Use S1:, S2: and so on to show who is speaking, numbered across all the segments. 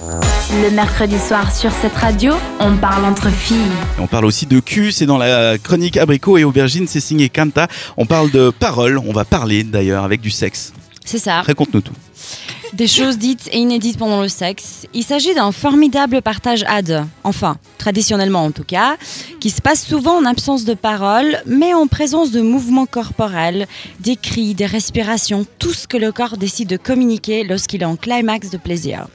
S1: Le mercredi soir sur cette radio, on parle entre filles.
S2: Et On parle aussi de cul, c'est dans la chronique abricot et aubergine, c'est signé Kanta. On parle de paroles, on va parler d'ailleurs avec du sexe.
S3: C'est ça,
S2: Raconte-nous tout.
S3: des choses dites et inédites pendant le sexe. Il s'agit d'un formidable partage à deux, enfin, traditionnellement en tout cas, qui se passe souvent en absence de parole, mais en présence de mouvements corporels, des cris, des respirations, tout ce que le corps décide de communiquer lorsqu'il est en climax de plaisir.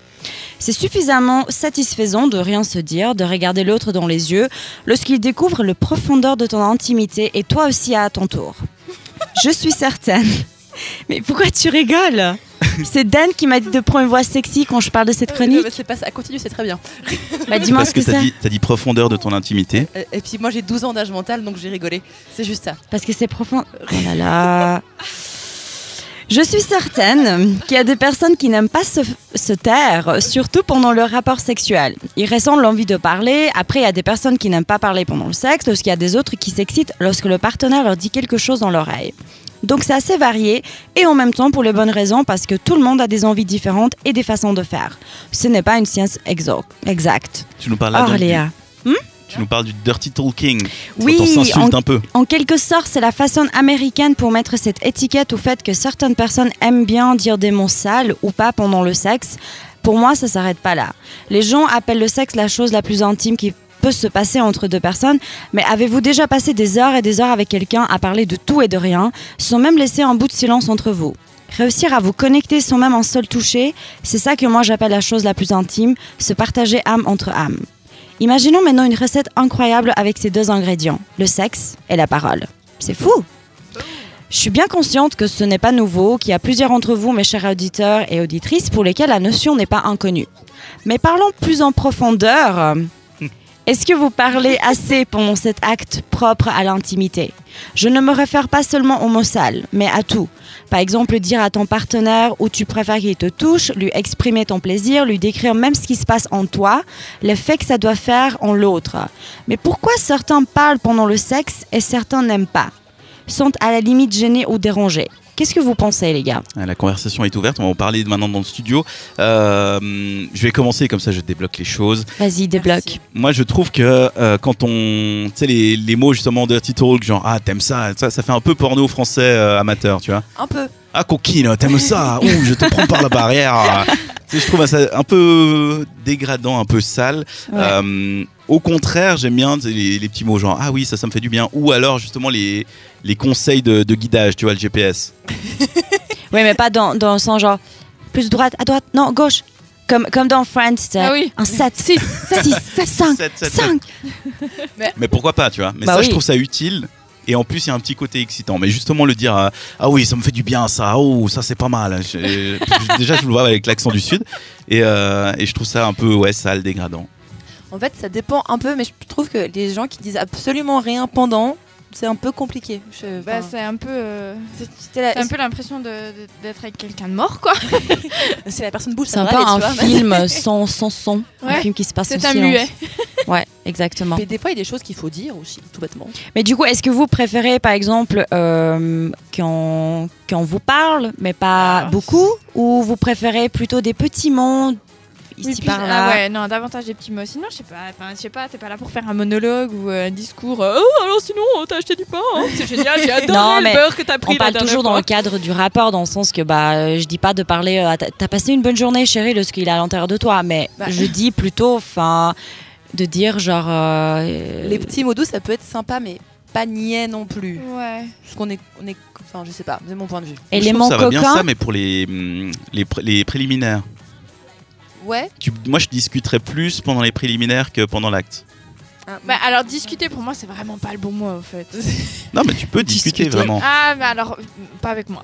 S3: C'est suffisamment satisfaisant de rien se dire, de regarder l'autre dans les yeux, lorsqu'il découvre le profondeur de ton intimité et toi aussi à ton tour. Je suis certaine. Mais pourquoi tu rigoles C'est Dan qui m'a dit de prendre une voix sexy quand je parle de cette
S4: Euh, non,
S3: chronique.
S4: mais c'est pas ça, continue, c'est très bien.
S3: Bah dis-moi
S2: Parce
S3: ce
S2: que
S3: que
S2: t'as
S3: c'est.
S2: dit, t'as dit profondeur de ton intimité.
S4: Euh, Et puis moi j'ai 12 ans d'âge mental donc j'ai rigolé. C'est juste ça.
S3: Parce que c'est profond. Oh là là. Je suis certaine qu'il y a des personnes qui n'aiment pas se, se taire, surtout pendant leur rapport sexuel. Ils ressentent l'envie de parler. Après, il y a des personnes qui n'aiment pas parler pendant le sexe, parce qu'il y a des autres qui s'excitent lorsque le partenaire leur dit quelque chose dans l'oreille. Donc c'est assez varié et en même temps pour les bonnes raisons parce que tout le monde a des envies différentes et des façons de faire. Ce n'est pas une science exo- exacte.
S2: Tu nous parles là
S3: Or,
S2: donc du-
S3: Oh, Léa,
S2: tu nous parles du dirty talking.
S3: Oui,
S2: quand on s'insulte
S3: en-
S2: un peu.
S3: En quelque sorte, c'est la façon américaine pour mettre cette étiquette au fait que certaines personnes aiment bien dire des mots sales ou pas pendant le sexe. Pour moi, ça s'arrête pas là. Les gens appellent le sexe la chose la plus intime qui peut se passer entre deux personnes, mais avez-vous déjà passé des heures et des heures avec quelqu'un à parler de tout et de rien, sans même laisser un bout de silence entre vous Réussir à vous connecter sans même un seul toucher, c'est ça que moi j'appelle la chose la plus intime, se partager âme entre âme. Imaginons maintenant une recette incroyable avec ces deux ingrédients, le sexe et la parole. C'est fou Je suis bien consciente que ce n'est pas nouveau, qu'il y a plusieurs d'entre vous, mes chers auditeurs et auditrices, pour lesquels la notion n'est pas inconnue. Mais parlons plus en profondeur. euh, Est-ce que vous parlez assez pendant cet acte propre à l'intimité Je ne me réfère pas seulement au mot sale, mais à tout. Par exemple, dire à ton partenaire où tu préfères qu'il te touche, lui exprimer ton plaisir, lui décrire même ce qui se passe en toi, l'effet que ça doit faire en l'autre. Mais pourquoi certains parlent pendant le sexe et certains n'aiment pas Sont à la limite gênés ou dérangés Qu'est-ce que vous pensez, les gars
S2: Ah, La conversation est ouverte, on va en parler maintenant dans le studio. Euh, je vais commencer comme ça, je débloque les choses.
S3: Vas-y, débloque.
S2: Moi, je trouve que euh, quand on, tu sais, les, les mots justement dirty talk, genre ah t'aimes ça, ça, ça fait un peu porno français euh, amateur, tu vois.
S4: Un peu.
S2: Ah coquine, t'aimes ça Ouh, je te prends par la barrière. Tu sais, je trouve ça un peu dégradant, un peu sale.
S3: Ouais.
S2: Euh, au contraire, j'aime bien tu sais, les, les petits mots genre ah oui ça ça me fait du bien ou alors justement les les conseils de, de guidage, tu vois le GPS.
S3: Oui, mais pas dans, dans le sens genre plus droite, à droite, non, gauche. Comme, comme dans Friends,
S4: Ah oui.
S3: un 7, 6, 5,
S2: Sept, sept, sept.
S3: 5.
S2: Mais pourquoi pas, tu vois Mais
S3: Bah
S2: ça,
S3: oui.
S2: je trouve ça utile. Et en plus, il y a un petit côté excitant. Mais justement, le dire euh, Ah oui, ça me fait du bien, ça. Oh, ça, c'est pas mal. Je- je- déjà, je le vois avec l'accent du Sud. Et, euh, et je trouve ça un peu, ouais, sale, dégradant.
S4: En fait ça dépend un peu mais je trouve que les gens qui disent absolument rien pendant c'est un peu compliqué. Je-
S5: Bah,
S4: enfin,
S5: c'est un peu, euh,
S3: Bah,
S4: c'est- c'était la-
S5: t'as un peu l'impression de- de- d'être avec quelqu'un de mort, quoi.
S4: c'est la personne bouge
S3: C'est
S4: ça
S3: un
S4: va
S3: peu
S4: aller,
S3: un
S4: tu vois, mais-
S3: film sans, sans son, un
S5: Ouais.
S3: film qui se passe
S5: C'est
S3: sans
S5: un
S3: silence.
S5: muet.
S3: Ouais, exactement.
S4: Mais des fois il y a des choses qu'il faut dire aussi tout bêtement.
S3: Mais du coup, est-ce que vous préférez, par exemple, euh, qu'on qu'on vous parle, mais pas beaucoup, ou vous préférez plutôt des petits mots ici
S5: Ah. Oui, puis-
S3: par
S5: ah
S3: là
S5: ouais, non, davantage des petits mots. Sinon, je sais pas, enfin, je sais pas, t'es pas là pour faire un monologue ou euh, un discours. euh, oh, alors sinon, euh, t'as acheté du pain, hein, c'est génial, j'ai adoré
S3: Non, mais
S5: le beurre que t'as pris
S3: On
S5: la
S3: parle
S5: dernière
S3: toujours dans
S5: fois.
S3: le cadre du rapport, dans le sens que bah, euh, je dis pas de parler. euh, T'as t'as passé une bonne journée, chérie, de ce qu'il a à l'intérieur de toi, mais
S4: Bah.
S3: je dis plutôt, enfin, de dire genre. euh,
S4: Les petits mots doux ça peut être sympa mais pas niais non plus.
S5: Ouais.
S4: Parce qu'on est on est enfin je sais pas, c'est mon point de vue.
S3: éléments
S2: je trouve ça va bien, ça,
S3: coquins.
S2: mais pour les, hum, les, pré- les préliminaires.
S4: Ouais.
S2: Tu- moi, je discuterais plus pendant les préliminaires que pendant l'acte.
S4: Ah,
S5: Bah, alors, discuter pour moi, c'est vraiment pas le bon mot, en fait.
S2: Non, mais tu peux discuter,
S3: Discuter.
S2: vraiment.
S5: ah, mais alors, pas avec moi.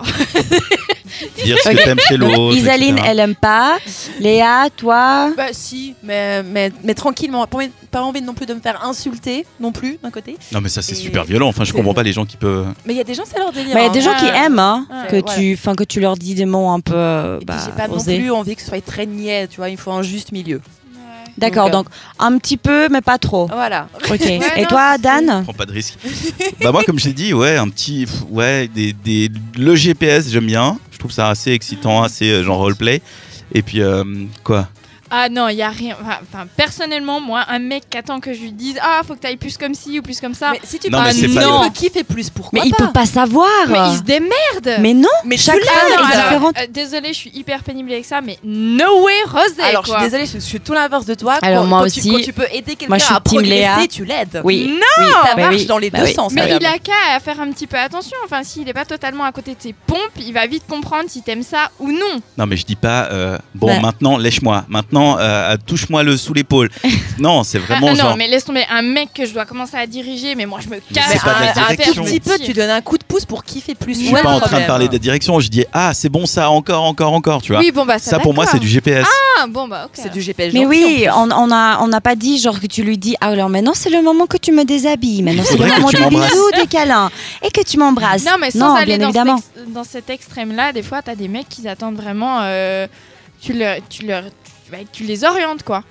S2: Dire ce que t'aimes chez l'autre.
S3: Isaline,
S2: oh, etc.
S3: elle aime pas. Léa, toi.
S4: Bah si, mais, mais, mais tranquillement. Pas envie, pas envie non plus de me faire insulter, non plus, d'un côté.
S2: Non, mais ça, c'est
S4: Et-
S2: super violent. Enfin, je comprends pas les gens qui peuvent.
S4: Mais il y a des gens, c'est leur délire.
S3: Mais Bah, il y a des
S4: hein.
S3: gens qui
S5: Ah.
S3: aiment hein,
S5: Ah,
S3: que,
S4: voilà.
S3: tu, enfin que tu leur dis des mots un peu euh,
S4: Et puis,
S3: bah,
S4: J'ai pas non
S3: osés.
S4: plus envie que ce soit très niais, tu vois. Il faut un juste milieu.
S3: D'accord, donc,
S4: Donc, euh,
S3: un petit peu, mais pas trop.
S4: Voilà.
S3: Ok.
S5: Ouais,
S3: Et
S5: non,
S3: toi,
S5: c'est-
S3: Dan
S2: prends pas de risque. bah moi comme je l'ai dit, ouais, un petit pff, ouais, des, des- le GPS, j'aime bien. Je trouve ça assez excitant, assez euh, genre roleplay. Et puis euh, quoi
S5: Ah non, il y a rien. Enfin, Enfin, personnellement, moi, un mec qui attend que je lui dise Ah, faut que t'ailles plus comme ci ou plus comme ça.
S4: Mais si tu
S2: Non,
S5: mais
S4: parles,
S5: c'est
S4: si
S5: pas-
S4: tu peux kiffer plus, pourquoi
S3: Mais il peut pas savoir.
S5: Mais il se
S4: euh,
S5: démerde
S3: Mais non,
S4: Mais
S3: chaque
S4: tu l'as,
S5: Ah
S3: femme
S5: non,
S3: est
S5: alors,
S3: différente.
S5: euh, désolée, je suis hyper pénible avec ça, mais no way Rosé
S4: Alors,
S5: quoi.
S4: je suis désolée, je, je suis tout l'inverse de toi.
S3: Alors,
S4: quand,
S3: moi
S4: quand tu-
S3: aussi.
S4: quand tu peux aider
S3: Moi, je
S4: quelqu'un
S3: suis
S4: à
S3: team Léa.
S4: progresser, tu l'aides.
S3: Oui.
S5: Non,
S3: oui,
S4: Ah, Ça
S3: bah
S4: marche
S3: oui,
S4: dans les
S3: bah
S4: deux
S3: oui.
S4: sens.
S5: Mais
S4: madame.
S5: il a qu'à faire un petit peu attention. Enfin, s'il est pas totalement à côté de ses pompes, il va vite comprendre si t'aimes ça ou non.
S2: Non, mais je dis pas, euh, bon,
S3: Bah.
S2: maintenant, lèche-moi. Maintenant, euh, touche-moi le sous l'épaule. non, c'est
S5: Ah,
S2: vraiment
S5: non,
S2: genre.
S5: mais laisse tomber un mec que je dois commencer à diriger, mais moi je me
S2: c'est
S5: casse.
S2: pas de la
S5: à faire
S2: direction.
S4: un petit peu,
S5: petit.
S4: tu donnes un coup de pouce pour kiffer plus.
S2: Je suis
S4: Ouais,
S2: pas en
S4: quand
S2: train de
S4: même.
S2: parler de la direction. Je dis, ah, c'est bon, ça, encore, encore, encore, tu vois.
S5: Oui, bon bah ça.
S2: ça, pour moi, c'est
S5: d'accord.
S2: du GPS.
S5: Ah, bon bah ok.
S4: C'est du GPS.
S3: Mais
S4: gentil,
S3: oui,
S4: en
S3: on on a- on n'a pas dit genre que tu lui dis ah alors maintenant c'est le moment que tu me déshabilles, maintenant c'est le
S2: faudrait que
S3: moment
S2: tu
S3: du
S2: m'embrasses.
S3: bisou, des câlins et que tu m'embrasses.
S5: Non, mais sans aller
S3: bien
S5: dans, cet
S3: évidemment.
S5: ex- dans cet extrême-là, des fois, t'as des mecs qui attendent vraiment. euh, tu, leur, tu, leur, tu, bah, tu les orientes, quoi.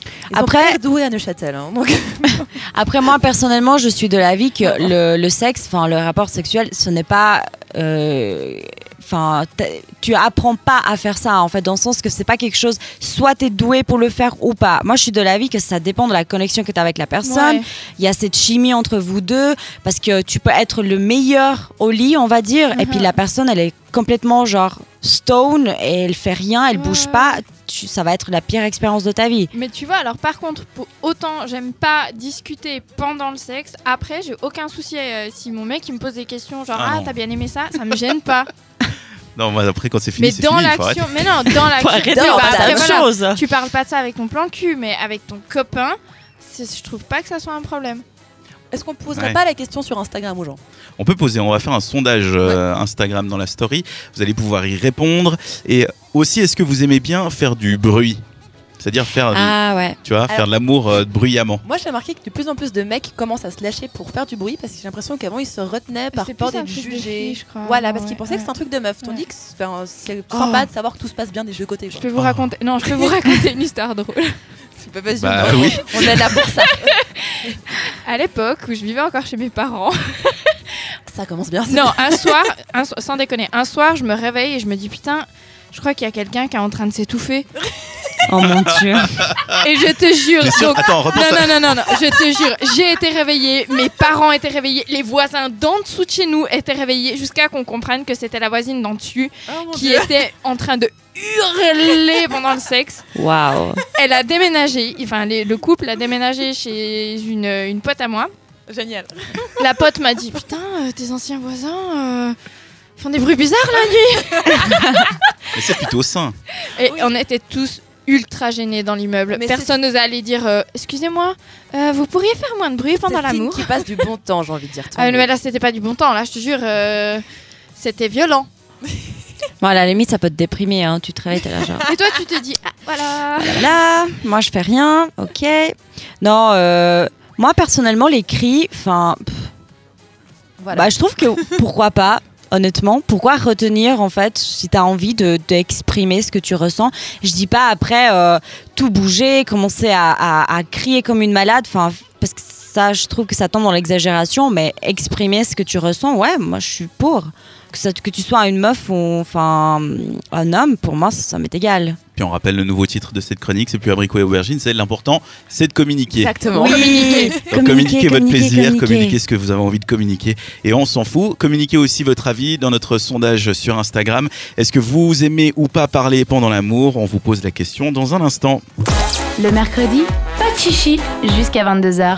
S4: plus. Ils sont
S3: Après-
S4: très doués à Neuchâtel. hein, donc-
S3: Après moi personnellement, je suis de l'avis que le, le sexe, enfin le rapport sexuel, ce n'est pas euh, Enfin, t'es- tu apprends pas à faire ça en fait, dans le sens que c'est pas quelque chose. Soit t'es doué pour le faire ou pas. Moi, je suis de l'avis que ça dépend de la connexion que t'as avec la personne,
S5: Ouais.
S3: il y a cette chimie entre vous deux parce que tu peux être le meilleur au lit, on va dire, et
S5: Mhm.
S3: puis la personne elle est complètement genre stone et elle fait rien, elle
S5: Ouais,
S3: bouge
S5: ouais.
S3: pas, tu- ça va être la pire expérience de ta vie.
S5: Mais tu vois, alors par contre, pour autant j'aime pas discuter pendant le sexe, après, j'ai aucun souci euh, si mon mec il me pose des questions, genre
S2: Ah
S5: Ah,
S2: non.
S5: t'as bien aimé ça Ça me gêne pas.
S2: Non, moi, après, quand c'est fini,
S5: mais
S2: c'est
S5: dans
S2: fini. faut arrêter.
S5: l'action, mais non, dans l'action.
S4: Non,
S5: Oui,
S4: on
S5: bah,
S4: passe à
S5: après,
S4: autre
S5: voilà,
S3: chose.
S5: Tu parles pas de ça avec ton plan cul, mais avec ton copain, c'est- je trouve pas que ça soit un problème.
S4: Est-ce qu'on poserait
S2: Ouais.
S4: pas la question sur Instagram aux gens
S2: On peut poser, on va faire un sondage euh, Instagram dans la story. Vous allez pouvoir y répondre. Et aussi, est-ce que vous aimez bien faire du bruit C'est-à-dire faire,
S3: Ah ouais.
S2: tu vois, faire de l'amour euh, bruyamment.
S4: Moi, j'ai remarqué que de plus en plus de mecs commencent à se lâcher pour faire du bruit parce que j'ai l'impression qu'avant ils se retenaient par
S5: C'était
S4: peur
S5: plus un
S4: d'être
S5: truc de
S4: jugés.
S5: filles, je crois.
S4: Voilà, parce
S5: Ouais,
S4: qu'ils pensaient
S5: ouais.
S4: que c'est un truc de meuf. Tandis que c'est- enfin, c'est
S5: Oh.
S4: sympa de savoir que tout se passe bien des deux côtés.
S5: Je
S4: quoi.
S5: peux vous
S2: Oh.
S5: raconter. Non, je peux vous raconter une histoire drôle.
S4: C'est pas facile.
S2: Bah
S4: non.
S2: oui.
S4: On est là pour ça.
S5: À l'époque où je vivais encore chez mes parents.
S4: Ça commence bien.
S5: Non, un soir, un so- sans déconner, un soir, je me réveille et je me dis putain, je crois qu'il y a quelqu'un qui est en train de s'étouffer.
S3: Oh mon dieu.
S5: Et je te jure.
S2: Ah. T'es sûr
S5: donc-
S2: Attends, repense
S5: non,
S2: à-
S5: non, non, non, non, je te jure, j'ai été réveillée, mes parents étaient réveillés, les voisins d'en dessous de chez nous étaient réveillés jusqu'à qu'on comprenne que c'était la voisine d'en dessus
S2: Ah,
S5: qui était en train de hurler pendant le sexe.
S3: Waouh.
S5: Elle a déménagé, enfin les- le couple a déménagé chez une, une pote à moi.
S4: Génial.
S5: La pote m'a dit Putain, euh, tes anciens voisins euh, font des bruits bizarres la nuit.
S2: Mais c'est plutôt sain.
S5: Et
S4: Oui.
S5: on était tous ultra gênés dans l'immeuble.
S4: Mais
S5: Personne n'osait aller dire euh, Excusez-moi, euh, vous pourriez faire moins de bruit pendant
S4: C'est signe
S5: l'amour
S4: Qui passe du bon temps, j'ai envie de dire. tant
S5: Ah,
S4: mieux.
S5: mais là, c'était pas du bon temps, là, je te jure. euh, C'était violent.
S3: Bon, à la limite, ça peut te déprimer, hein. tu te réveilles, t'es là genre.
S5: Et toi, tu te dis, ah, voilà.
S3: Là, moi je fais rien, ok. Non, euh, moi personnellement, les cris, enfin,
S4: Voilà.
S3: Bah, je trouve que pourquoi pas. Honnêtement, pourquoi retenir en fait si t'as envie de d'exprimer ce que tu ressens Je dis pas après euh, tout bouger, commencer à, à- à crier comme une malade, enfin parce que ça, je trouve que ça tombe dans l'exagération, mais exprimer ce que tu ressens, ouais, moi je suis pour que ça, que tu sois une meuf ou enfin un homme, pour moi ça, ça m'est égal.
S2: Puis on rappelle le nouveau titre de cette chronique, c'est plus abricot et aubergine, c'est l'important, c'est de communiquer.
S4: Exactement.
S3: communiquer,
S2: Donc, communiquer votre plaisir, communiquer ce que vous avez envie de communiquer. Et on s'en fout. Communiquez aussi votre avis dans notre sondage sur Instagram. Est-ce que vous aimez ou pas parler pendant l'amour On vous pose la question dans un instant.
S1: Le mercredi, pas de chichi jusqu'à 22h.